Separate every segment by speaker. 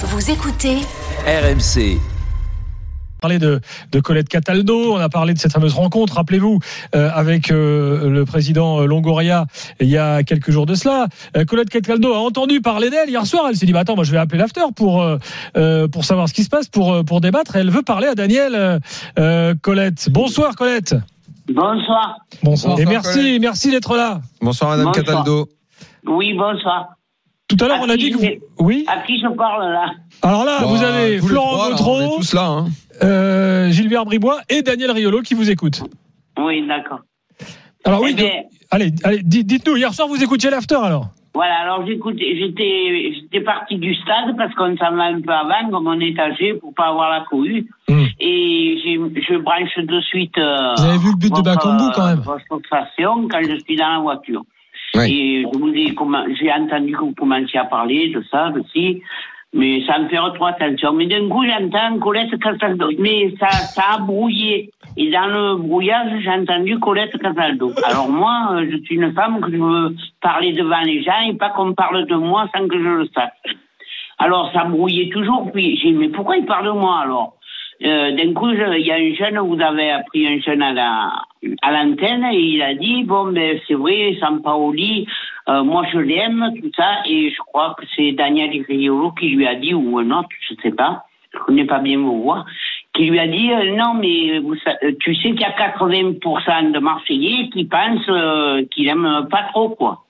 Speaker 1: Vous écoutez
Speaker 2: RMC.
Speaker 3: On a parlé de, de Colette Cataldo, on a parlé de cette fameuse rencontre, rappelez-vous, euh, avec euh, le président Longoria il y a quelques jours de cela. Euh, Colette Cataldo a entendu parler d'elle hier soir, elle s'est dit bah, attends, moi je vais appeler l'after pour, euh, euh, pour savoir ce qui se passe, pour, euh, pour débattre. Elle veut parler à Daniel euh, euh, Colette. Bonsoir Colette.
Speaker 4: Bonsoir.
Speaker 5: Bonsoir.
Speaker 3: Et merci, merci d'être là.
Speaker 5: Bonsoir Madame
Speaker 4: Bonsoir.
Speaker 5: Cataldo.
Speaker 4: Oui, bonsoir.
Speaker 3: Tout à l'heure on a
Speaker 4: Ah,
Speaker 3: dit que vous...
Speaker 4: mais-
Speaker 3: Oui.
Speaker 4: À qui je parle là
Speaker 3: Alors là,
Speaker 5: Bah,
Speaker 3: Ah, vous avez
Speaker 5: tous les
Speaker 3: Florent
Speaker 5: trois, là, on est
Speaker 3: Gautreau,
Speaker 5: tous là. hein.
Speaker 3: euh, Gilbert Bribois et Daniel Riolo qui vous écoutent.
Speaker 4: Oui, d'accord.
Speaker 3: Alors Ah
Speaker 4: Eh
Speaker 3: oui,
Speaker 4: bien,
Speaker 3: allez, allez dites- dites-nous, hier soir vous écoutiez l'after alors
Speaker 4: voilà, alors j'écoute, j'étais, j'étais parti du stade parce qu'on s'en va un peu avant, comme on est âgé, pour pas avoir la cohue.
Speaker 3: Hmm.
Speaker 4: Et j'ai, je branche de suite. euh,
Speaker 3: Vous avez vu le but de
Speaker 4: votre- euh,
Speaker 3: Bakambu, quand même.
Speaker 4: Votre station quand je suis dans la voiture.
Speaker 5: Ouais.
Speaker 4: Et je vous dis comment, j'ai entendu que vous commenciez à parler de ça aussi. Mais ça me fait trop attention. Mais d'un coup, j'entends Colette Cataldo. Mais ça, ça a brouillé. Et dans le brouillage, j'ai entendu Colette Cataldo. Alors moi, euh, je suis une femme que je veux parler devant les gens et pas qu'on me parle de moi sans que je le sache. Alors ça brouillait toujours. Puis j'ai dit, mais pourquoi il parle de moi alors euh, D'un coup, je- il y a un jeune, vous avez appris un jeune à la à l'antenne et il a dit bon ben c'est vrai, Sampaoli, euh, moi je l'aime tout ça et je crois que c'est Daniel Riolo qui lui a dit ou un autre, je sais pas, je connais pas bien vos voix, qui lui a dit euh, non mais vous sa- euh, tu sais qu'il y a 80% de Marseillais qui pensent euh, qu'il aime pas trop quoi.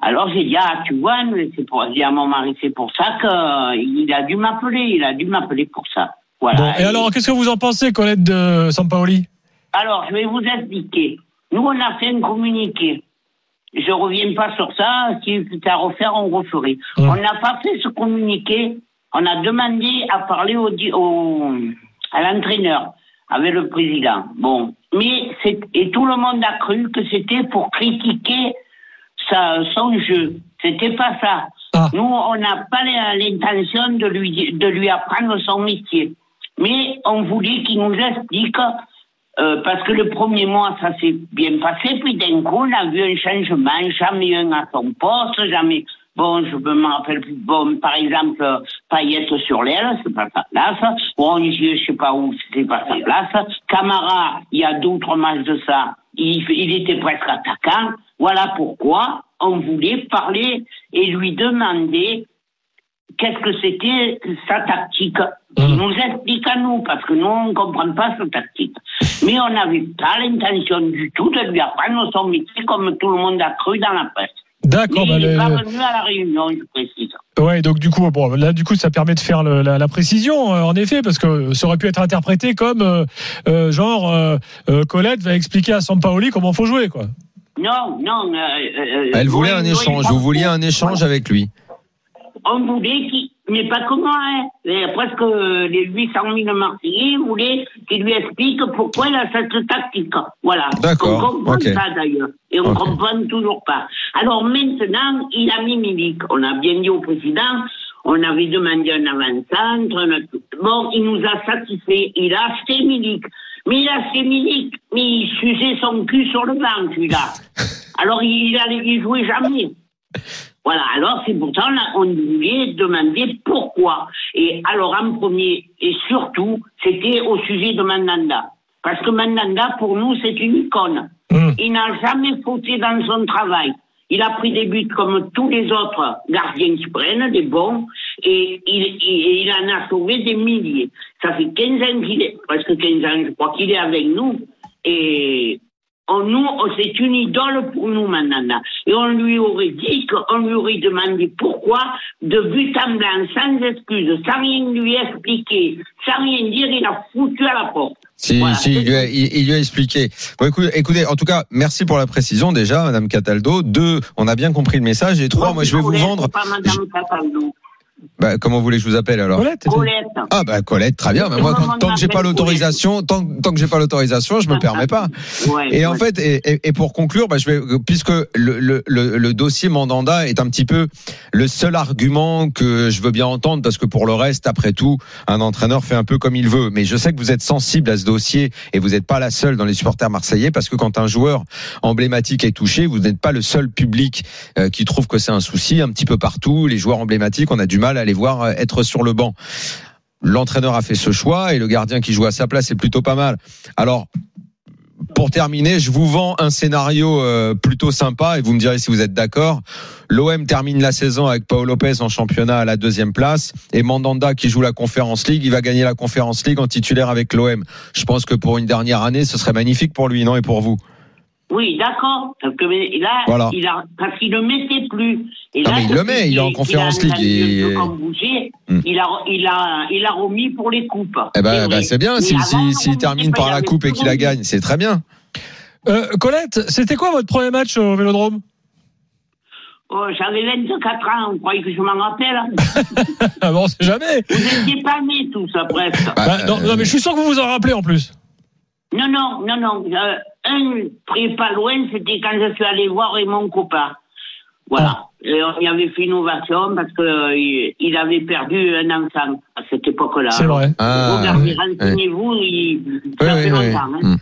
Speaker 4: Alors j'ai dit ah tu vois mais c'est pour j'ai dit à mon mari c'est pour ça qu'il a dû m'appeler il a dû m'appeler pour ça voilà
Speaker 3: Bon, et alors, qu'est-ce que vous en pensez, Colette de Sampaoli
Speaker 4: alors je vais vous expliquer nous on a fait un communiqué je reviens pas sur ça si c'est à refaire on referait
Speaker 3: Mm.
Speaker 4: on n'a pas fait ce communiqué on a demandé à parler au, di- au à l'entraîneur avec le président bon mais c'est et tout le monde a cru que c'était pour critiquer sa, son jeu. C'était pas ça.
Speaker 3: Ah.
Speaker 4: Nous, on n'a pas la- l'intention de lui, de lui apprendre son métier. Mais on voulait qu'il nous explique, euh, parce que le premier mois, ça s'est bien passé, puis d'un coup, on a vu un changement, jamais un à son poste, jamais. Bon, je me rappelle plus. Bon, par exemple, euh, Payette sur l'aile, c'est pas sa place. Rongier, je sais pas où, c'est pas sa place. Camara, il y a deux ou trois matchs de ça, il, il était presque attaquant. Voilà pourquoi on voulait parler et lui demander qu'est-ce que c'était sa tactique. Il nous explique à nous, parce que nous, on ne comprend pas sa tactique. Mais on n'avait pas l'intention du tout de lui apprendre son métier comme tout le monde a cru dans la presse. Mais
Speaker 3: D'accord, bah,
Speaker 4: il n'est
Speaker 3: le-
Speaker 4: pas venu à la réunion, je précise.
Speaker 3: ouais, donc du coup, bon, là, du coup, ça permet de faire le- la, la précision, euh, en effet, parce que ça aurait pu être interprété comme euh, euh, genre euh, euh, Colette va expliquer à Sampaoli comment faut jouer, quoi.
Speaker 4: Non, non. euh, euh,
Speaker 5: Elle voulait
Speaker 4: oui,
Speaker 5: un
Speaker 4: oui,
Speaker 5: échange.
Speaker 4: on-
Speaker 5: Vous vouliez un échange avec lui.
Speaker 4: On voulait qu'il. Mais pas comment, hein. Et Presque euh, les 800 000 Marseillais voulaient qu'il lui explique pourquoi il a cette tactique. Voilà.
Speaker 5: D'accord,
Speaker 4: On comprend
Speaker 5: ok.
Speaker 4: pas d'ailleurs. Et on
Speaker 5: Ok.
Speaker 4: comprend toujours pas. Alors maintenant, il a mis Milik. On a bien dit au président, on avait demandé un avant-centre. on a- Bon, il nous a satisfait. Il a acheté Milik. Mais il a acheté Milik. Mais il suçait son cul sur le banc, celui-là. Alors il allait il jouait jamais. Voilà, alors c'est pourtant on voulait demander pourquoi. Et alors en premier et surtout, c'était au sujet de Mandanda. Parce que Mandanda, pour nous, c'est une icône.
Speaker 3: Hmm.
Speaker 4: Il n'a jamais fauté dans son travail. Il a pris des buts comme tous les autres gardiens qui prennent, des bons, et il, il- et il en a sauvé des milliers. Ça fait 15 ans qu'il est, presque 15 ans, je crois qu'il est avec nous. Et on, nous, on- c'est une idole pour nous, Mandanda. Et on lui aurait dit qu'on lui aurait demandé pourquoi, de but en blanc, sans excuse, sans rien lui expliquer, sans rien dire, il a foutu à la porte.
Speaker 5: Si,
Speaker 4: Voilà.
Speaker 5: si, il lui, a, il- il lui a expliqué. Bon, écoute- écoutez, en tout cas, merci pour la précision déjà, Madame Cataldo. Deux, on a bien compris le message. Et trois, moi, je vais vous
Speaker 4: Colette,
Speaker 5: vendre.
Speaker 4: Pas Madame Cataldo.
Speaker 5: Bah, comment voulez-je vous appelle alors
Speaker 3: Colette, c'était-
Speaker 4: Colette.
Speaker 5: Ah bah Colette, très bien. Mais moi,
Speaker 4: Comment
Speaker 5: quand- tant que j'ai pas
Speaker 4: m'appelle
Speaker 5: l'autorisation, tant, tant que j'ai pas l'autorisation, je me permets pas.
Speaker 4: Ouais,
Speaker 5: Et en
Speaker 4: ouais.
Speaker 5: fait, et, et- et pour conclure, bah, je vais, puisque le, le, le, le dossier Mandanda est un petit peu le seul argument que je veux bien entendre, parce que pour le reste, après tout, un entraîneur fait un peu comme il veut. Mais je sais que vous êtes sensible à ce dossier et vous n'êtes pas la seule dans les supporters marseillais, parce que quand un joueur emblématique est touché, vous n'êtes pas le seul public euh, qui trouve que c'est un souci. Un petit peu partout, les joueurs emblématiques, on a du mal à les voir euh, être sur le banc. L'entraîneur a fait ce choix et le gardien qui joue à sa place est plutôt pas mal. Alors, pour terminer, je vous vends un scénario euh, plutôt sympa et vous me direz si vous êtes d'accord. L'OM termine la saison avec Paolo Lopez en championnat à la deuxième place et Mandanda qui joue la Conférence League, il va gagner la Conférence League en titulaire avec l'OM. Je pense que pour une dernière année, ce serait magnifique pour lui, non Et pour vous
Speaker 4: Oui, d'accord. Parce que mais là,
Speaker 5: Voilà.
Speaker 4: il a, parce qu'il ne mettait plus. Et
Speaker 5: Non,
Speaker 4: là,
Speaker 5: mais il le met, il est en Conférence League,
Speaker 4: Il, a,
Speaker 5: et-
Speaker 4: comme bougé,
Speaker 5: Hmm.
Speaker 4: il, a, il, a, il a remis pour les coupes.
Speaker 5: Eh ben,
Speaker 4: C'est
Speaker 5: eh ben,
Speaker 4: vrai.
Speaker 5: c'est bien.
Speaker 4: Mais
Speaker 5: S'il
Speaker 4: avant,
Speaker 5: si,
Speaker 4: on
Speaker 5: s'il termine
Speaker 4: disait pas,
Speaker 5: par
Speaker 4: il
Speaker 5: la
Speaker 4: avait
Speaker 5: coupe et
Speaker 4: tout
Speaker 5: qu'il la
Speaker 4: remis.
Speaker 5: gagne, c'est très bien.
Speaker 3: Euh, Colette, c'était quoi votre premier match au Vélodrome
Speaker 4: Oh, J'avais 24 ans, vous croyez que je m'en rappelle
Speaker 3: Ah bon, on sait jamais.
Speaker 4: Vous n'étiez pas nés tous, à Brest.
Speaker 5: Bah,
Speaker 3: Bah, non,
Speaker 5: euh,
Speaker 3: non, mais je suis sûr que vous vous en rappelez en plus.
Speaker 4: Non, non, non, non. Euh, un prix pas loin, c'était quand je suis allé voir Raymond Coppa.
Speaker 3: Ah.
Speaker 4: Voilà. Et on y avait fait une ovation parce que euh, il il avait perdu un enfant à cette époque-là.
Speaker 3: C'est vrai.
Speaker 5: Ah,
Speaker 4: Regardez,
Speaker 5: ouais.
Speaker 4: renseignez-vous, il
Speaker 5: Ouais,
Speaker 4: ça fait
Speaker 5: ouais, ouais.
Speaker 4: longtemps. hein.
Speaker 5: Hmm.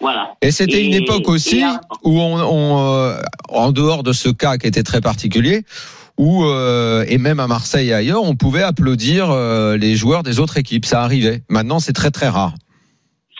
Speaker 4: Voilà.
Speaker 5: Et c'était une
Speaker 4: Et-
Speaker 5: époque aussi
Speaker 4: et là-
Speaker 5: où on, on, euh, en dehors de ce cas qui était très particulier, où euh, et même à Marseille et ailleurs, on pouvait applaudir euh, les joueurs des autres équipes. Ça arrivait. Maintenant, c'est très très rare.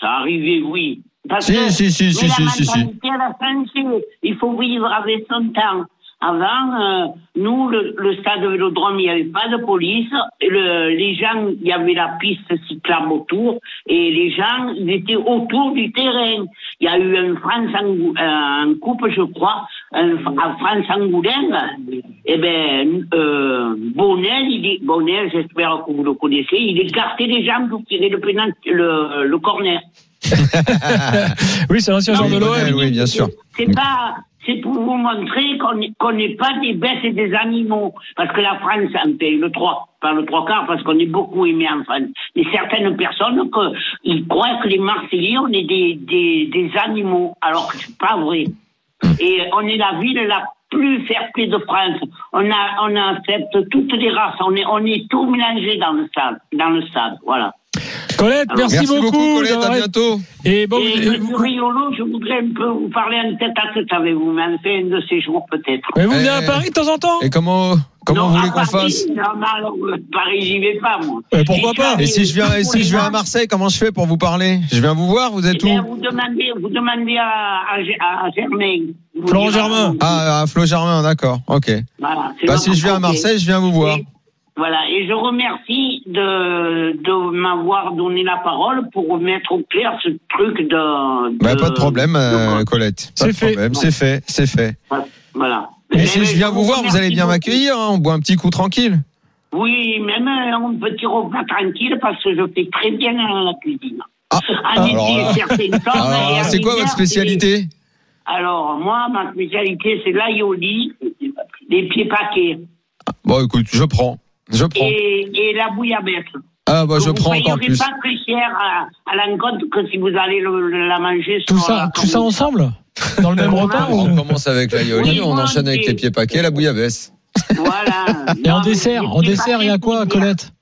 Speaker 4: Ça arrivait, oui. Parce
Speaker 5: Si,
Speaker 4: que-
Speaker 5: si, si,
Speaker 4: mais
Speaker 5: si,
Speaker 4: Ah, la
Speaker 5: si, si, si.
Speaker 4: mentalité, à la fin, c'est il faut vivre avec son temps. Avant, euh, nous, le, le stade Vélodrome, il n'y avait pas de police. Et le- les gens, il y avait la piste cyclable autour. Et les gens, ils étaient autour du terrain. Il y a eu un France-Angoulême, couple, je crois, un, un France-Angoulême. Eh ben, euh, Bonnel, il est, Bonnel, j'espère que vous le connaissez, il écartait les jambes pour tirer le, pénal- le, le corner.
Speaker 3: Oui, c'est l'ancien joueur de
Speaker 5: Ah. Oui,
Speaker 3: l'OM.
Speaker 5: oui, bien sûr.
Speaker 4: C'est pas, c'est pour vous montrer qu'on n'est- qu'on n'est pas des bêtes et des animaux. Parce que la France en paye le 3, pas le 3 quarts, parce qu'on est beaucoup aimé en France. Mais certaines personnes, que, ils croient que les Marseillais, on est des, des, des animaux. Alors que c'est pas vrai. Et on est la ville la plus fertée de France. On a, on accepte toutes les races. On est, on est tout mélangé dans le stade, dans le stade. Voilà.
Speaker 3: Colette, merci,
Speaker 5: Merci beaucoup, Colette.
Speaker 3: d'avoir
Speaker 5: À
Speaker 3: été-
Speaker 5: bientôt.
Speaker 3: Et bon,
Speaker 4: Et
Speaker 3: euh,
Speaker 4: monsieur Riolo, je voudrais un peu vous parler en tête à tête avec vous, mais en fait, un de ces jours peut-être.
Speaker 3: mais vous venez à
Speaker 5: Eh.
Speaker 3: Paris de temps en temps
Speaker 5: Et comment comment
Speaker 4: Non,
Speaker 5: vous
Speaker 4: à
Speaker 5: voulez qu'on
Speaker 4: Paris,
Speaker 5: fasse
Speaker 4: Non, non, non, Paris, j'y vais pas, moi.
Speaker 3: Euh, pourquoi
Speaker 4: Et ça, euh,
Speaker 3: pas
Speaker 5: Et si je viens et si je viens à Marseille, comment je fais pour vous parler Je viens vous voir. Vous
Speaker 4: eh
Speaker 5: êtes où
Speaker 4: ben, vous demandez, vous demandez à, à, à Germain. Vous
Speaker 3: Florent
Speaker 4: direz-
Speaker 3: Germain.
Speaker 5: Ah, à Flo Germain, d'accord. Ok.
Speaker 4: Eh Voilà, c'est
Speaker 5: Bah,
Speaker 4: leur
Speaker 5: si je viens à
Speaker 4: raconter.
Speaker 5: Marseille, je viens vous voir.
Speaker 4: Et- Voilà, et je remercie de, de m'avoir donné la parole pour remettre au clair ce truc de.
Speaker 5: Bah,
Speaker 4: de-
Speaker 5: pas de problème, euh, Colette. Pas
Speaker 3: C'est
Speaker 5: de
Speaker 3: fait.
Speaker 5: problème. C'est fait. C'est fait.
Speaker 4: Voilà.
Speaker 5: Et
Speaker 4: Eh
Speaker 5: si
Speaker 4: ben,
Speaker 5: je viens vous voir, vous allez
Speaker 4: remercie
Speaker 5: bien
Speaker 4: beaucoup.
Speaker 5: m'accueillir. hein, on boit un petit coup tranquille.
Speaker 4: Oui, même un petit repas tranquille parce que je fais très bien la cuisine.
Speaker 5: Ah,
Speaker 4: En été,
Speaker 5: alors là.
Speaker 4: certaines formes,
Speaker 5: Alors,
Speaker 4: et en
Speaker 5: Ah, c'est quoi
Speaker 4: hiver,
Speaker 5: votre spécialité
Speaker 4: Alors, moi, ma spécialité, c'est l'aïoli, les pieds paquets
Speaker 5: Bon, écoute, je prends. Je prends.
Speaker 4: et, et la bouillabaisse.
Speaker 5: Ah, bah,
Speaker 4: Que
Speaker 5: je
Speaker 4: vous
Speaker 5: prends encore
Speaker 4: payerez
Speaker 5: plus.
Speaker 4: pas plus cher à, à l'encontre que si vous allez le- le- la manger
Speaker 3: Tout
Speaker 4: sur
Speaker 3: ça,
Speaker 4: la
Speaker 3: tout ça
Speaker 4: commune.
Speaker 3: ensemble Dans le même
Speaker 4: On
Speaker 3: repas
Speaker 4: va-
Speaker 3: ou-
Speaker 5: On commence avec l'aioli,
Speaker 4: Oui,
Speaker 5: on
Speaker 4: moi,
Speaker 5: enchaîne avec
Speaker 4: c'est-
Speaker 5: les pieds paquets, la bouillabaisse.
Speaker 4: Voilà.
Speaker 6: Et en
Speaker 4: Non, mais
Speaker 6: dessert,
Speaker 4: les
Speaker 6: en
Speaker 4: pieds
Speaker 6: dessert, il y a
Speaker 4: paquets,
Speaker 6: quoi,
Speaker 4: c'est bien.
Speaker 6: Colette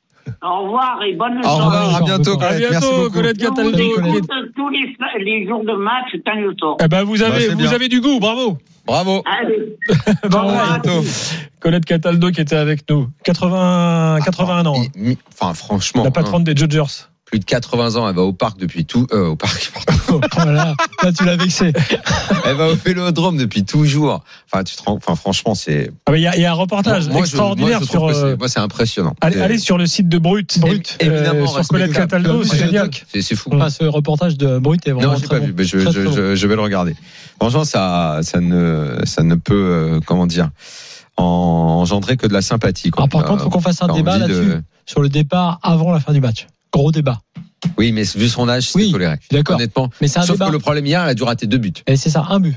Speaker 4: Au revoir et bonne
Speaker 5: Au
Speaker 4: soirée.
Speaker 5: revoir, à
Speaker 6: Bonsoir,
Speaker 5: bientôt,
Speaker 6: bonsoir.
Speaker 3: À
Speaker 5: Colette. Merci
Speaker 3: bientôt,
Speaker 5: beaucoup.
Speaker 3: Colette
Speaker 4: Je vous
Speaker 3: Cataldo.
Speaker 6: Colette.
Speaker 4: écoute tous les, les jours de match quand je sors.
Speaker 3: Eh ben, vous avez,
Speaker 5: c'est
Speaker 3: vous
Speaker 5: bien.
Speaker 3: avez du goût, bravo.
Speaker 5: Bravo.
Speaker 4: Allez.
Speaker 3: Bon,
Speaker 4: Au revoir à
Speaker 3: ouais.
Speaker 5: bientôt.
Speaker 4: tous.
Speaker 3: Colette Cataldo qui était avec nous. 80, 81 ans. hein.
Speaker 5: Et- mi- Enfin, franchement,
Speaker 3: La
Speaker 5: hein,
Speaker 3: patronne des Dodgers.
Speaker 5: plus de 80 ans, elle va au parc depuis tout. euh, au parc, pardon.
Speaker 6: Oh, Voilà, là tu l'as vexé.
Speaker 5: Elle va au vélodrome depuis toujours. Enfin, tu te rends- Enfin, franchement, c'est.
Speaker 3: Ah ben, il y, a- il y a un
Speaker 5: Moi,
Speaker 3: reportage
Speaker 5: je- moi, je
Speaker 3: extraordinaire
Speaker 5: trouve
Speaker 3: sur.
Speaker 5: que
Speaker 3: euh,
Speaker 5: c'est- Moi, c'est impressionnant.
Speaker 3: allez,
Speaker 5: C'est-
Speaker 3: allez sur le site de Brut.
Speaker 6: Brut.
Speaker 3: euh,
Speaker 5: Évidemment,
Speaker 3: sur Colette
Speaker 5: respectable.
Speaker 3: Cataldo,
Speaker 6: Brut,
Speaker 3: c'est
Speaker 6: c'est
Speaker 3: génial.
Speaker 6: doc.
Speaker 5: C'est c'est fou.
Speaker 6: Enfin, ce reportage de Brut est vraiment
Speaker 5: Non, j'ai
Speaker 6: très
Speaker 5: pas
Speaker 6: bon.
Speaker 5: vu, mais je,
Speaker 6: Très,
Speaker 5: je-
Speaker 6: très
Speaker 5: je- je vais le regarder. Franchement, ça, ça ne, ça ne peut, euh, comment dire, en- engendrer que de la sympathie. quoi.
Speaker 6: Alors, par
Speaker 5: Euh,
Speaker 6: contre, faut qu'on fasse un
Speaker 5: t'as
Speaker 6: débat
Speaker 5: envie de-
Speaker 6: là-dessus sur le départ avant la fin du match. Gros débat.
Speaker 5: Oui, mais vu son âge, c'est
Speaker 6: Oui,
Speaker 5: toléré.
Speaker 6: Je suis d'accord.
Speaker 5: Honnêtement.
Speaker 6: Mais c'est un
Speaker 5: Sauf
Speaker 6: débat.
Speaker 5: que le problème hier, elle a dû rater deux buts.
Speaker 6: Et c'est ça, un but.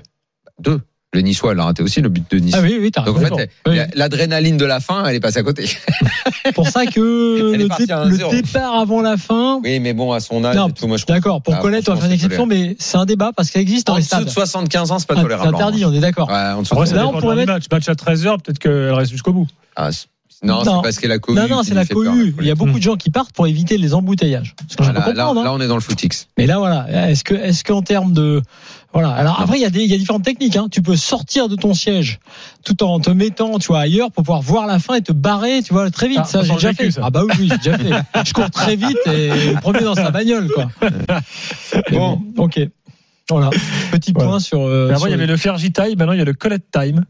Speaker 5: Deux. Le Niçois l'a raté aussi, le but de Nice.
Speaker 6: Ah oui, oui, t'as
Speaker 5: Donc en
Speaker 6: raison.
Speaker 5: fait,
Speaker 6: Oui.
Speaker 5: la- l'adrénaline de la fin, elle est passée à côté.
Speaker 6: Pour ça que
Speaker 5: Elle est
Speaker 6: le,
Speaker 5: partie
Speaker 6: dé-
Speaker 5: à
Speaker 6: le
Speaker 5: 1-0.
Speaker 6: départ avant la fin.
Speaker 5: Oui, mais bon, à son âge,
Speaker 6: Non,
Speaker 5: et tout, moi je trouve.
Speaker 6: D'accord, pour
Speaker 5: Ah,
Speaker 6: connaître, on va faire une
Speaker 5: franchement, c'est
Speaker 6: exception, mais c'est un débat parce qu'il existe dans
Speaker 5: En
Speaker 6: les
Speaker 5: dessous de
Speaker 6: stades.
Speaker 5: 75 ans, c'est pas
Speaker 6: Ah,
Speaker 5: tolérable. hein.
Speaker 6: C'est interdit, Ah, on est d'accord.
Speaker 5: Ouais, en dessous de
Speaker 3: Après, ça
Speaker 6: Là,
Speaker 3: dépend
Speaker 6: on
Speaker 3: de
Speaker 6: pourrait
Speaker 3: l'heure du match. Match à 13h, peut-être qu'elle reste jusqu'au bout.
Speaker 5: Ah, c'est- non,
Speaker 6: Non.
Speaker 5: c'est parce que la cohue.
Speaker 6: Non, non,
Speaker 5: qui
Speaker 6: c'est
Speaker 5: lui
Speaker 6: la
Speaker 5: fait peur,
Speaker 6: cohue. Il
Speaker 5: folie.
Speaker 6: y a beaucoup de gens qui partent pour éviter les embouteillages. Ce que je
Speaker 5: Ah,
Speaker 6: peux
Speaker 5: là, là,
Speaker 6: comprendre. hein.
Speaker 5: là, on est dans le footix.
Speaker 6: Mais là, voilà. Est-ce que, est-ce qu'en termes de, voilà. Alors après, il y a des, il y a différentes techniques. Hein. Tu peux sortir de ton siège tout en te mettant, tu vois, ailleurs pour pouvoir voir la fin et te barrer, tu vois, très vite.
Speaker 3: Ah,
Speaker 6: ça,
Speaker 3: ça
Speaker 6: j'ai
Speaker 3: change
Speaker 6: déjà
Speaker 3: vécu,
Speaker 6: fait.
Speaker 3: ça.
Speaker 6: Ah bah oui, oui, j'ai déjà fait. Je cours très vite et premier dans sa bagnole, quoi. Mais
Speaker 5: Bon.
Speaker 6: ok. Voilà. Petit
Speaker 3: Voilà.
Speaker 6: point sur. euh,
Speaker 3: Mais avant,
Speaker 6: sur
Speaker 3: il y
Speaker 6: les-
Speaker 3: avait le Fergie Time, maintenant, il y a le Colette Time.